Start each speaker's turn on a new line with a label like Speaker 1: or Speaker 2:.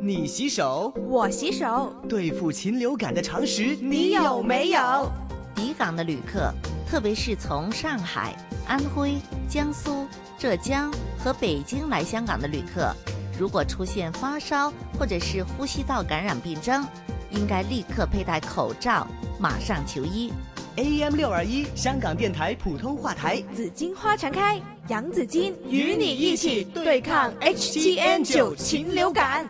Speaker 1: 你洗手，
Speaker 2: 我洗手，
Speaker 1: 对付禽流感的常识
Speaker 2: 你有没有？
Speaker 3: 抵港的旅客，特别是从上海、安徽、江苏、浙江和北京来香港的旅客，如果出现发烧或者是呼吸道感染病征，应该立刻佩戴口罩，马上求医。
Speaker 1: AM 六二一香港电台普通话台，
Speaker 2: 紫荆花常开，洋紫荆
Speaker 1: 与你一起对抗
Speaker 2: HTN9
Speaker 1: HTN9
Speaker 2: 禽流感。